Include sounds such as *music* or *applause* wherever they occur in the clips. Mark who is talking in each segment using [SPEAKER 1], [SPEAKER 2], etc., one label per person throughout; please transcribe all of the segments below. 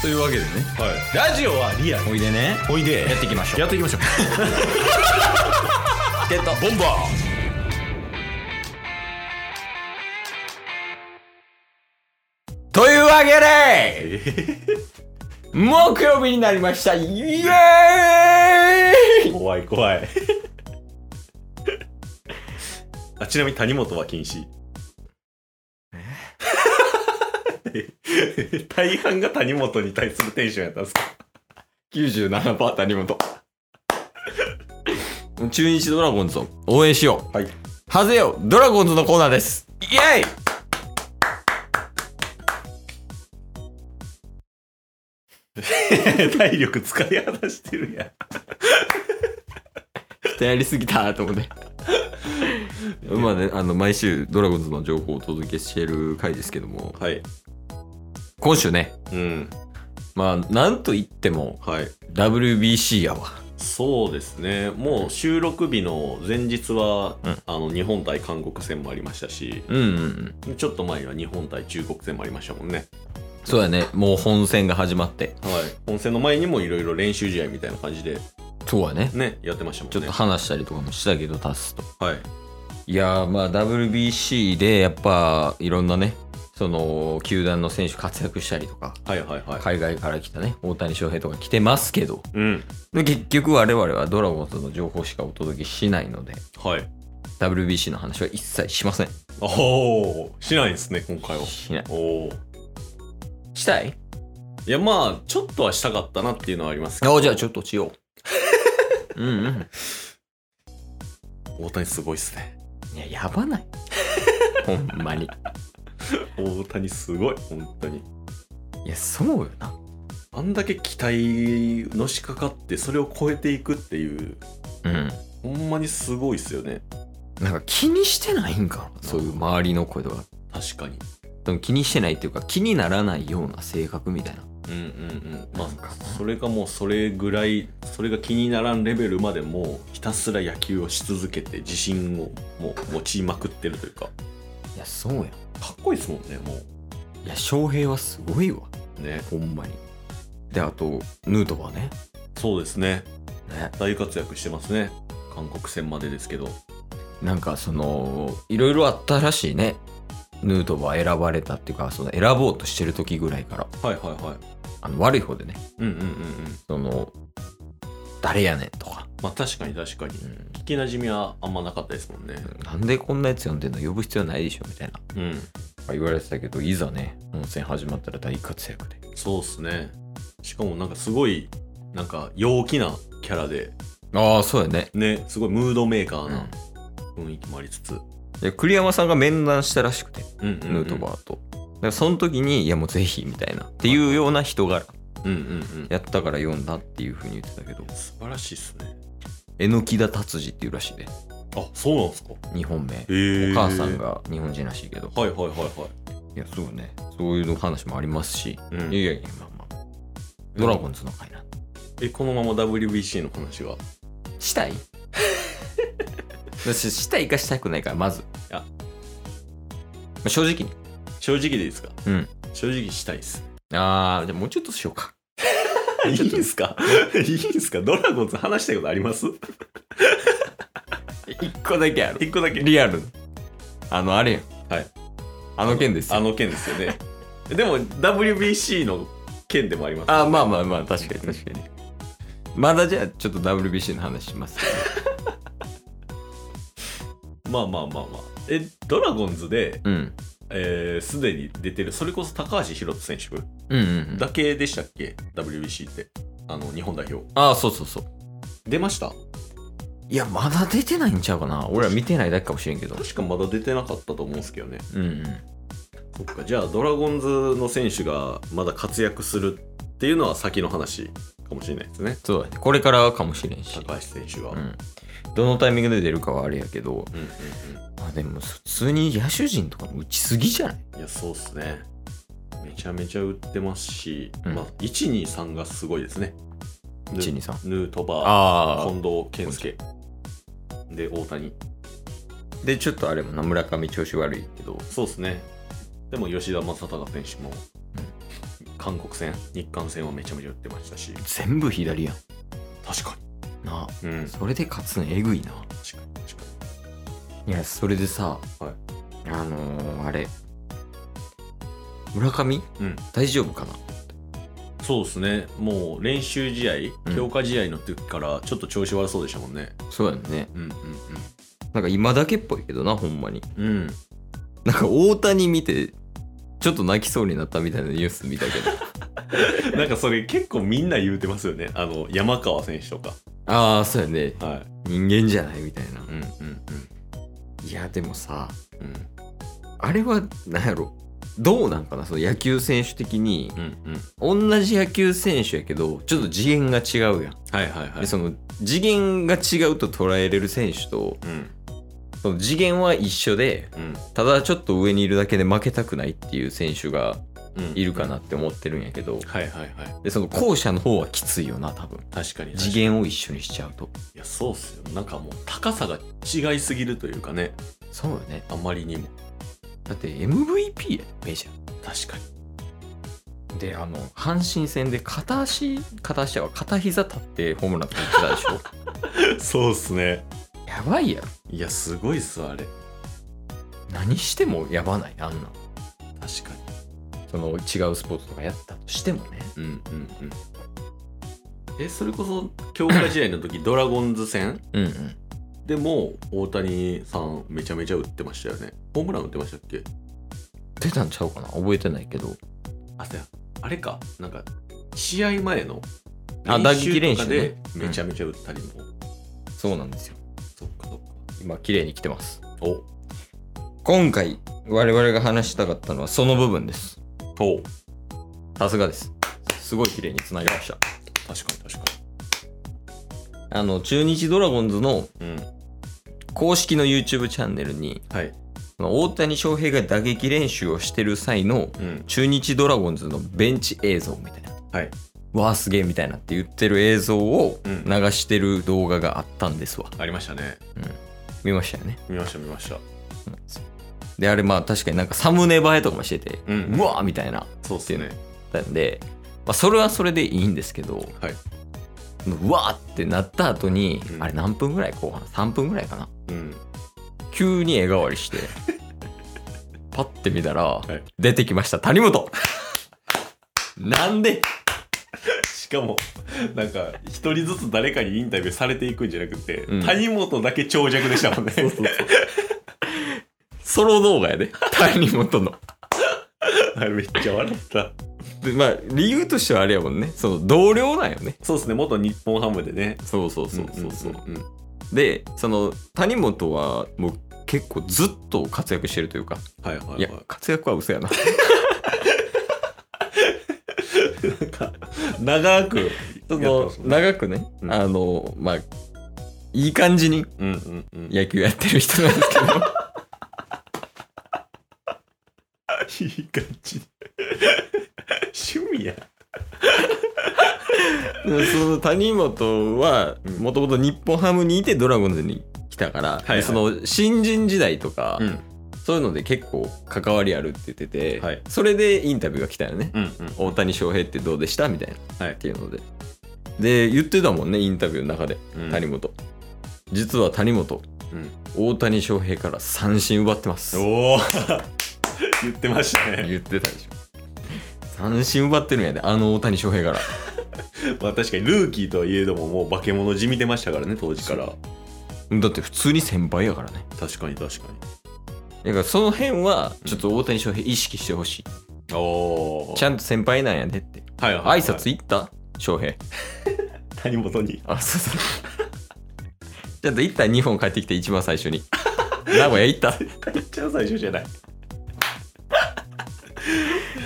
[SPEAKER 1] というわけでね
[SPEAKER 2] はい、ラジオはリアル
[SPEAKER 1] おいでね
[SPEAKER 2] おいで
[SPEAKER 1] やっていきましょう
[SPEAKER 2] やっていきましょう
[SPEAKER 1] *laughs* ゲット
[SPEAKER 2] ボンバ
[SPEAKER 1] というわけ *laughs* で木曜日になりましたイエーイ
[SPEAKER 2] ー怖い怖い *laughs* あちなみに谷本は禁止 *laughs* 大半が谷本に対するテンションやったんですか
[SPEAKER 1] 97%谷本 *laughs* 中日ドラゴンズを応援しよ
[SPEAKER 2] はいう
[SPEAKER 1] ハゼよドラゴンズのコーナーですイエーイ
[SPEAKER 2] *laughs* 体力使い果たしてるやん
[SPEAKER 1] ちょっとやりすぎたと思って *laughs* まあねあの毎週ドラゴンズの情報をお届けしている回ですけども
[SPEAKER 2] はい
[SPEAKER 1] 今週ね
[SPEAKER 2] うん
[SPEAKER 1] まあなんといっても
[SPEAKER 2] はい
[SPEAKER 1] WBC やわ
[SPEAKER 2] そうですね、もう収録日の前日は、
[SPEAKER 1] うん
[SPEAKER 2] あの日本対韓国戦もありましたし、
[SPEAKER 1] うん、うん、
[SPEAKER 2] ちょっと前には日本対中国戦もありましたもんね。
[SPEAKER 1] そうだねもう本戦が始まって
[SPEAKER 2] はい、本戦の前にもいろいろ練習試合みたいな感じで、
[SPEAKER 1] そうだね
[SPEAKER 2] ね、やってましたもん
[SPEAKER 1] ちょ
[SPEAKER 2] ね。
[SPEAKER 1] っと話したりとかもしたけど足すと
[SPEAKER 2] はい、
[SPEAKER 1] いやーまあ WBC でやっぱいろんなねその球団の選手活躍したりとか
[SPEAKER 2] はいはいはい。
[SPEAKER 1] 海外から来たね大谷翔平とか来てますけど
[SPEAKER 2] うん。
[SPEAKER 1] で結局我々はドラゴンズの情報しかお届けしないので
[SPEAKER 2] はい。
[SPEAKER 1] WBC の話は一切しません
[SPEAKER 2] おお、しないんですね、今回は。
[SPEAKER 1] しない
[SPEAKER 2] おお。
[SPEAKER 1] したい
[SPEAKER 2] いや、まあ、ちょっとはしたかったなっていうのはありますけど、
[SPEAKER 1] あじゃあちょっとしよ *laughs* ううんうん
[SPEAKER 2] 大谷すごいっすね。
[SPEAKER 1] いややばない *laughs* ほんまに
[SPEAKER 2] 大谷すごい、本当に。
[SPEAKER 1] いやそうよな
[SPEAKER 2] あんだけ期待のしかかって、それを超えていくっていう。
[SPEAKER 1] うん
[SPEAKER 2] ほんまにすごいっすよね。
[SPEAKER 1] なんか気にしてないんかなそういう周りの声とか
[SPEAKER 2] 確かに。
[SPEAKER 1] その気にしてないっていうか気にならないような性格みたいな
[SPEAKER 2] うんうんうん。ま
[SPEAKER 1] なんか
[SPEAKER 2] あ、それがもうそれぐらい、それが気にならんレベルまでもうひたすら野球をし続けて自信をもう持ちまくってるというか、
[SPEAKER 1] いやそうやんい
[SPEAKER 2] かっこいいですもんね、も
[SPEAKER 1] や翔平はすごいわ
[SPEAKER 2] う。ね。
[SPEAKER 1] ほんまにであとヌートバーね
[SPEAKER 2] そうですね。
[SPEAKER 1] ね
[SPEAKER 2] 大活躍してますね。韓国戦までですけど。
[SPEAKER 1] なんかそのいろいろあったらしいねヌートバー選ばれたっていうかその選ぼうとしてる時ぐらいから
[SPEAKER 2] はいはいはい。
[SPEAKER 1] あの悪い方でね
[SPEAKER 2] うんうんうんうん。
[SPEAKER 1] その誰やねんとか、
[SPEAKER 2] まあ確かに確かに。
[SPEAKER 1] うん
[SPEAKER 2] 聞きなじみはあんまなかったですもんね。
[SPEAKER 1] なんでこんなやつ呼んでんの呼ぶ必要ないでしょみたいな
[SPEAKER 2] うん。
[SPEAKER 1] 言われてたけどいざね本戦始まったら大活躍で
[SPEAKER 2] そうっすね。しかもなんかすごい、なんか陽気なキャラで、
[SPEAKER 1] ああそうやね
[SPEAKER 2] ね、すごいムードメーカー
[SPEAKER 1] うん
[SPEAKER 2] な雰囲気もありつつ、
[SPEAKER 1] で栗山さんが面談したらしくて
[SPEAKER 2] うんうんうん
[SPEAKER 1] ヌートバーと、だからその時にいやもうぜひみたいなっていうような人柄
[SPEAKER 2] うんうんうん。
[SPEAKER 1] やったから読んだっていうふうに言ってたけど
[SPEAKER 2] 素晴らしいっすね。
[SPEAKER 1] 榎田達治っていうらしいで
[SPEAKER 2] あ、そうなんですか
[SPEAKER 1] 日本名
[SPEAKER 2] へ
[SPEAKER 1] お母さん。が日本人らしいけど、
[SPEAKER 2] はいはいはいはい
[SPEAKER 1] やそうねそういうの話もありますし、
[SPEAKER 2] い。うん
[SPEAKER 1] いやいやいやまあまあドラゴンズの会な
[SPEAKER 2] え、このまま WBC の話は
[SPEAKER 1] した *laughs* い私したいかしたくないかまず
[SPEAKER 2] あ
[SPEAKER 1] まあ正直に
[SPEAKER 2] 正直でいいですか
[SPEAKER 1] うん。
[SPEAKER 2] 正直したいっす。
[SPEAKER 1] ああじゃあもうちょっとしようか
[SPEAKER 2] いいんすか *laughs* いいんすかドラゴンズ話したいことあります
[SPEAKER 1] 一個だけある
[SPEAKER 2] 一個だけ。
[SPEAKER 1] リアルあのあれよ
[SPEAKER 2] はい
[SPEAKER 1] あの件です
[SPEAKER 2] *laughs* あ
[SPEAKER 1] よ
[SPEAKER 2] の件ですよね。でも WBC の件でもあります。
[SPEAKER 1] あまあまあまあ確かに確かにまだじゃあちょっと WBC の話しますけど
[SPEAKER 2] まあまあまあまあ。え、ドラゴンズで、
[SPEAKER 1] うん
[SPEAKER 2] えーすでに出てる、それこそ高橋宏斗選手
[SPEAKER 1] うんうんうん
[SPEAKER 2] だけでしたっけ ?WBC って。あの、日本代表。
[SPEAKER 1] ああそうそうそう
[SPEAKER 2] 出ました
[SPEAKER 1] いやまだ出てないんちゃうかな俺ら見てないだけかもしれんけど
[SPEAKER 2] 確かまだ出てなかったと思うんですけどね。
[SPEAKER 1] うんうん
[SPEAKER 2] そっか、じゃあドラゴンズの選手がまだ活躍するっていうのは先の話かもしれないですね。
[SPEAKER 1] そうだねこれからかもしれんし
[SPEAKER 2] 高橋選手は。
[SPEAKER 1] う
[SPEAKER 2] うん
[SPEAKER 1] んどのタイミングで出るかはあれやけど
[SPEAKER 2] うん
[SPEAKER 1] まあでも普通に野手陣とかも打ちすぎじゃない
[SPEAKER 2] うん。いや、そうっすね。めちゃめちゃ打ってますし、
[SPEAKER 1] うん
[SPEAKER 2] まあ、1、2、3がすごいですね。ヌ
[SPEAKER 1] 1 2 3
[SPEAKER 2] ヌートバー、
[SPEAKER 1] あ
[SPEAKER 2] 近藤健介で大谷
[SPEAKER 1] あでちょっとあれもな村上調子悪いけど
[SPEAKER 2] そうですねでも吉田正尚選手も韓国戦、日韓戦はめちゃめちゃ打ってましたし、
[SPEAKER 1] 全部左やん。
[SPEAKER 2] 確か
[SPEAKER 1] なあ
[SPEAKER 2] に。うん、
[SPEAKER 1] それで勝つのえぐいな。
[SPEAKER 2] 確かに確か
[SPEAKER 1] いや、それでさ、
[SPEAKER 2] は
[SPEAKER 1] あのー、あれ。村上
[SPEAKER 2] に。うん、
[SPEAKER 1] 大丈夫かな
[SPEAKER 2] そうですね、もう練習試合、
[SPEAKER 1] うん
[SPEAKER 2] 強化試合の時からちょっと調子悪そうでしたもんね。
[SPEAKER 1] そうやんね。
[SPEAKER 2] うん
[SPEAKER 1] なんか今だけっぽいけどな、ほんまに。
[SPEAKER 2] うんうん。うん、
[SPEAKER 1] なんか大谷見て、ちょっと泣きそうになったみたいなニュース見たけど。
[SPEAKER 2] なんかそれ結構みんな言うてますよね、あの山川選手とか。
[SPEAKER 1] *laughs* ああ、そうやね。
[SPEAKER 2] は
[SPEAKER 1] 人間じゃないみたいな。
[SPEAKER 2] い。うんうん
[SPEAKER 1] いや、でもさ、
[SPEAKER 2] うんうん
[SPEAKER 1] あれは、なんやろ。どうなんかなその野球選手的に、
[SPEAKER 2] うんうん。
[SPEAKER 1] 同じ野球選手やけど、ちょっと次元が違うやん。
[SPEAKER 2] はいはいはい
[SPEAKER 1] で。その次元が違うと捉えれる選手と
[SPEAKER 2] うん
[SPEAKER 1] その次元は一緒で
[SPEAKER 2] うん
[SPEAKER 1] ただちょっと上にいるだけで負けたくないっていう選手が
[SPEAKER 2] うん。
[SPEAKER 1] いるかなって思ってるんやけど
[SPEAKER 2] はいはいはい。
[SPEAKER 1] でその後者の方はきついよな多分
[SPEAKER 2] 確かに確かに。
[SPEAKER 1] 次元を一緒にしちゃうと
[SPEAKER 2] いや、そうっすよ。なんかもう高さが違いすぎるというかね、
[SPEAKER 1] そうよね
[SPEAKER 2] あまりにも。
[SPEAKER 1] だって MVP やメジャ
[SPEAKER 2] 確かに。
[SPEAKER 1] ーであの阪神戦で片足片足は片膝立ってホームラン打ってたで *laughs* しょ
[SPEAKER 2] *laughs* そうっすね。
[SPEAKER 1] やばいやろ
[SPEAKER 2] いや、すごいっすわあれ。
[SPEAKER 1] 何してもやばないあんな
[SPEAKER 2] 確か
[SPEAKER 1] その違うスポーツとかやったとしてもね
[SPEAKER 2] に。うんうんうん。え、それこそ、強化試合の時、ドラゴンズ戦
[SPEAKER 1] うんうん
[SPEAKER 2] でも、大谷さん、めちゃめちゃ打ってましたよね。ホームラン打ってましたっけ
[SPEAKER 1] 出たんちゃうかな覚えてないけど
[SPEAKER 2] あ、そうや。あれか。なんか、試合前の
[SPEAKER 1] あ打撃練習
[SPEAKER 2] とか
[SPEAKER 1] ね
[SPEAKER 2] で、めちゃめちゃ打ったりも。
[SPEAKER 1] そうなんですよ
[SPEAKER 2] そっかそっか。
[SPEAKER 1] 今綺麗に来てます
[SPEAKER 2] お、
[SPEAKER 1] 今回我々が話したかったのはその部分です
[SPEAKER 2] と、
[SPEAKER 1] さすがですすごい綺麗につなぎました
[SPEAKER 2] 確かに確か
[SPEAKER 1] あの中日ドラゴンズの
[SPEAKER 2] に。うん。
[SPEAKER 1] 公式の YouTube チャンネルに
[SPEAKER 2] はい。
[SPEAKER 1] その大谷翔平が打撃練習をしてる際の
[SPEAKER 2] うん。
[SPEAKER 1] 中日ドラゴンズのベンチ映像みたいな
[SPEAKER 2] はい。
[SPEAKER 1] わあすげえみたいなって言ってる映像を
[SPEAKER 2] う
[SPEAKER 1] 流
[SPEAKER 2] ん
[SPEAKER 1] してる動画があったんですわ、
[SPEAKER 2] ありましたね。
[SPEAKER 1] 見ましたよね
[SPEAKER 2] 見ました見ました。
[SPEAKER 1] であれまあ確かになんかサムネ映えとかもしてて、
[SPEAKER 2] うん
[SPEAKER 1] うわーみたいな
[SPEAKER 2] そうっすね。
[SPEAKER 1] なんで、まあ、それはそれでいいんですけど、
[SPEAKER 2] はい。
[SPEAKER 1] うわーってなった後に、
[SPEAKER 2] うん
[SPEAKER 1] あれ何分ぐらい後半3分ぐらいかな
[SPEAKER 2] うん。
[SPEAKER 1] 急に絵代わりして
[SPEAKER 2] *laughs*
[SPEAKER 1] パッて見たら、
[SPEAKER 2] い
[SPEAKER 1] 出てきました谷
[SPEAKER 2] *laughs*
[SPEAKER 1] 本なんで
[SPEAKER 2] しかも、なんか、一人ずつ誰かにインタビューされていくんじゃなくて、
[SPEAKER 1] うん
[SPEAKER 2] 谷本だけ長尺でしたもんね。
[SPEAKER 1] ソロ動画やで谷本の
[SPEAKER 2] *laughs* あれめっちゃ笑った。
[SPEAKER 1] でまあ理由としてはあれやもんねその同僚なんよね
[SPEAKER 2] そうっすね、元日本ハムでね。
[SPEAKER 1] そうそうそうそ
[SPEAKER 2] そうう
[SPEAKER 1] そ,、
[SPEAKER 2] そううそう。うん。
[SPEAKER 1] でその谷本はもう結構ずっと活躍してるというか
[SPEAKER 2] はいはいはいい。
[SPEAKER 1] や活躍は *laughs* 嘘やな
[SPEAKER 2] なんか、長くやって
[SPEAKER 1] そ
[SPEAKER 2] ま
[SPEAKER 1] の
[SPEAKER 2] すもんね。
[SPEAKER 1] 長くね、
[SPEAKER 2] うん
[SPEAKER 1] あのまあいい感じに
[SPEAKER 2] うんうんうん。い
[SPEAKER 1] 野球やってる人なんですけど
[SPEAKER 2] い感じ。趣味や。
[SPEAKER 1] *laughs* その谷本は
[SPEAKER 2] うん
[SPEAKER 1] もともと日本ハムにいてドラゴンズに来たから、
[SPEAKER 2] いはい
[SPEAKER 1] その新人時代とか、
[SPEAKER 2] ん。
[SPEAKER 1] そういうので結構関わりあるって言ってて、
[SPEAKER 2] はい
[SPEAKER 1] それでインタビューが来たよね、
[SPEAKER 2] うんうん。
[SPEAKER 1] 大谷翔平ってどうでしたみたいな、
[SPEAKER 2] はい
[SPEAKER 1] っていうのでで言ってたもんねインタビューの中で、
[SPEAKER 2] うん
[SPEAKER 1] 谷本実は谷本
[SPEAKER 2] うん、
[SPEAKER 1] 大谷翔平から三振奪ってます
[SPEAKER 2] おお言ってましたね。
[SPEAKER 1] 言ってたでしょ三振奪ってるんやであの大谷翔平から
[SPEAKER 2] まあ確かにルーキーとはいえどももう化け物じみてましたからね当時から
[SPEAKER 1] だって普通に先輩やからね
[SPEAKER 2] 確かに確か
[SPEAKER 1] だからその辺はちょっと大谷翔平意識してほしい、
[SPEAKER 2] におお
[SPEAKER 1] ちゃんと先輩なんやでって
[SPEAKER 2] はいはい、は
[SPEAKER 1] 挨
[SPEAKER 2] い、
[SPEAKER 1] 拶行った翔平
[SPEAKER 2] 谷本に *laughs*
[SPEAKER 1] あそうそうちょっと行った日本帰ってきて一番最初に *laughs* 名古屋行 *laughs* った
[SPEAKER 2] めっちゃ最初じゃない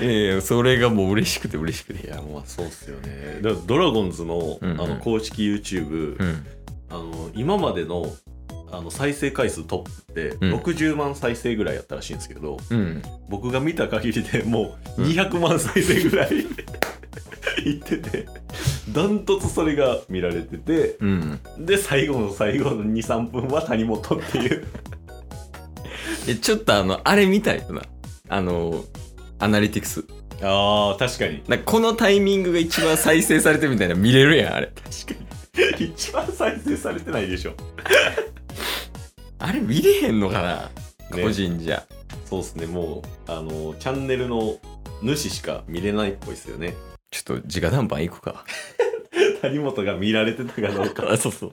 [SPEAKER 1] ええそれがもう嬉しくて嬉しく
[SPEAKER 2] い
[SPEAKER 1] て
[SPEAKER 2] やまあそうっすよねだからドラゴンズの,、
[SPEAKER 1] うんうん
[SPEAKER 2] あの公式 YouTube、
[SPEAKER 1] うん
[SPEAKER 2] あの今までのあの再生回数トップって
[SPEAKER 1] うん
[SPEAKER 2] 60万再生ぐらいやったらしいんですけど、
[SPEAKER 1] うん
[SPEAKER 2] 僕が見た限りでもう
[SPEAKER 1] うん
[SPEAKER 2] 200万再生ぐらい *laughs* いっててダントツそれが見られてて
[SPEAKER 1] うん
[SPEAKER 2] で最後の最後の23分は谷本っていう
[SPEAKER 1] えちょっとあのあれみたいよなあのアナリティクス。
[SPEAKER 2] ああ、確かに。
[SPEAKER 1] なんかこのタイミングが一番再生されてるみたいな見れるやん、あれ。
[SPEAKER 2] 確かに。 *laughs* 一番再生されてないでしょ。
[SPEAKER 1] あれ見れへんのかな、
[SPEAKER 2] ね
[SPEAKER 1] 個人じゃ。
[SPEAKER 2] そうですね、もう、あの、チャンネルの主しか見れないっぽいですよね。 *laughs*
[SPEAKER 1] ちょっと直談判行くか。
[SPEAKER 2] 谷本が見られてたかどうか。
[SPEAKER 1] あ、 *laughs* そうそう。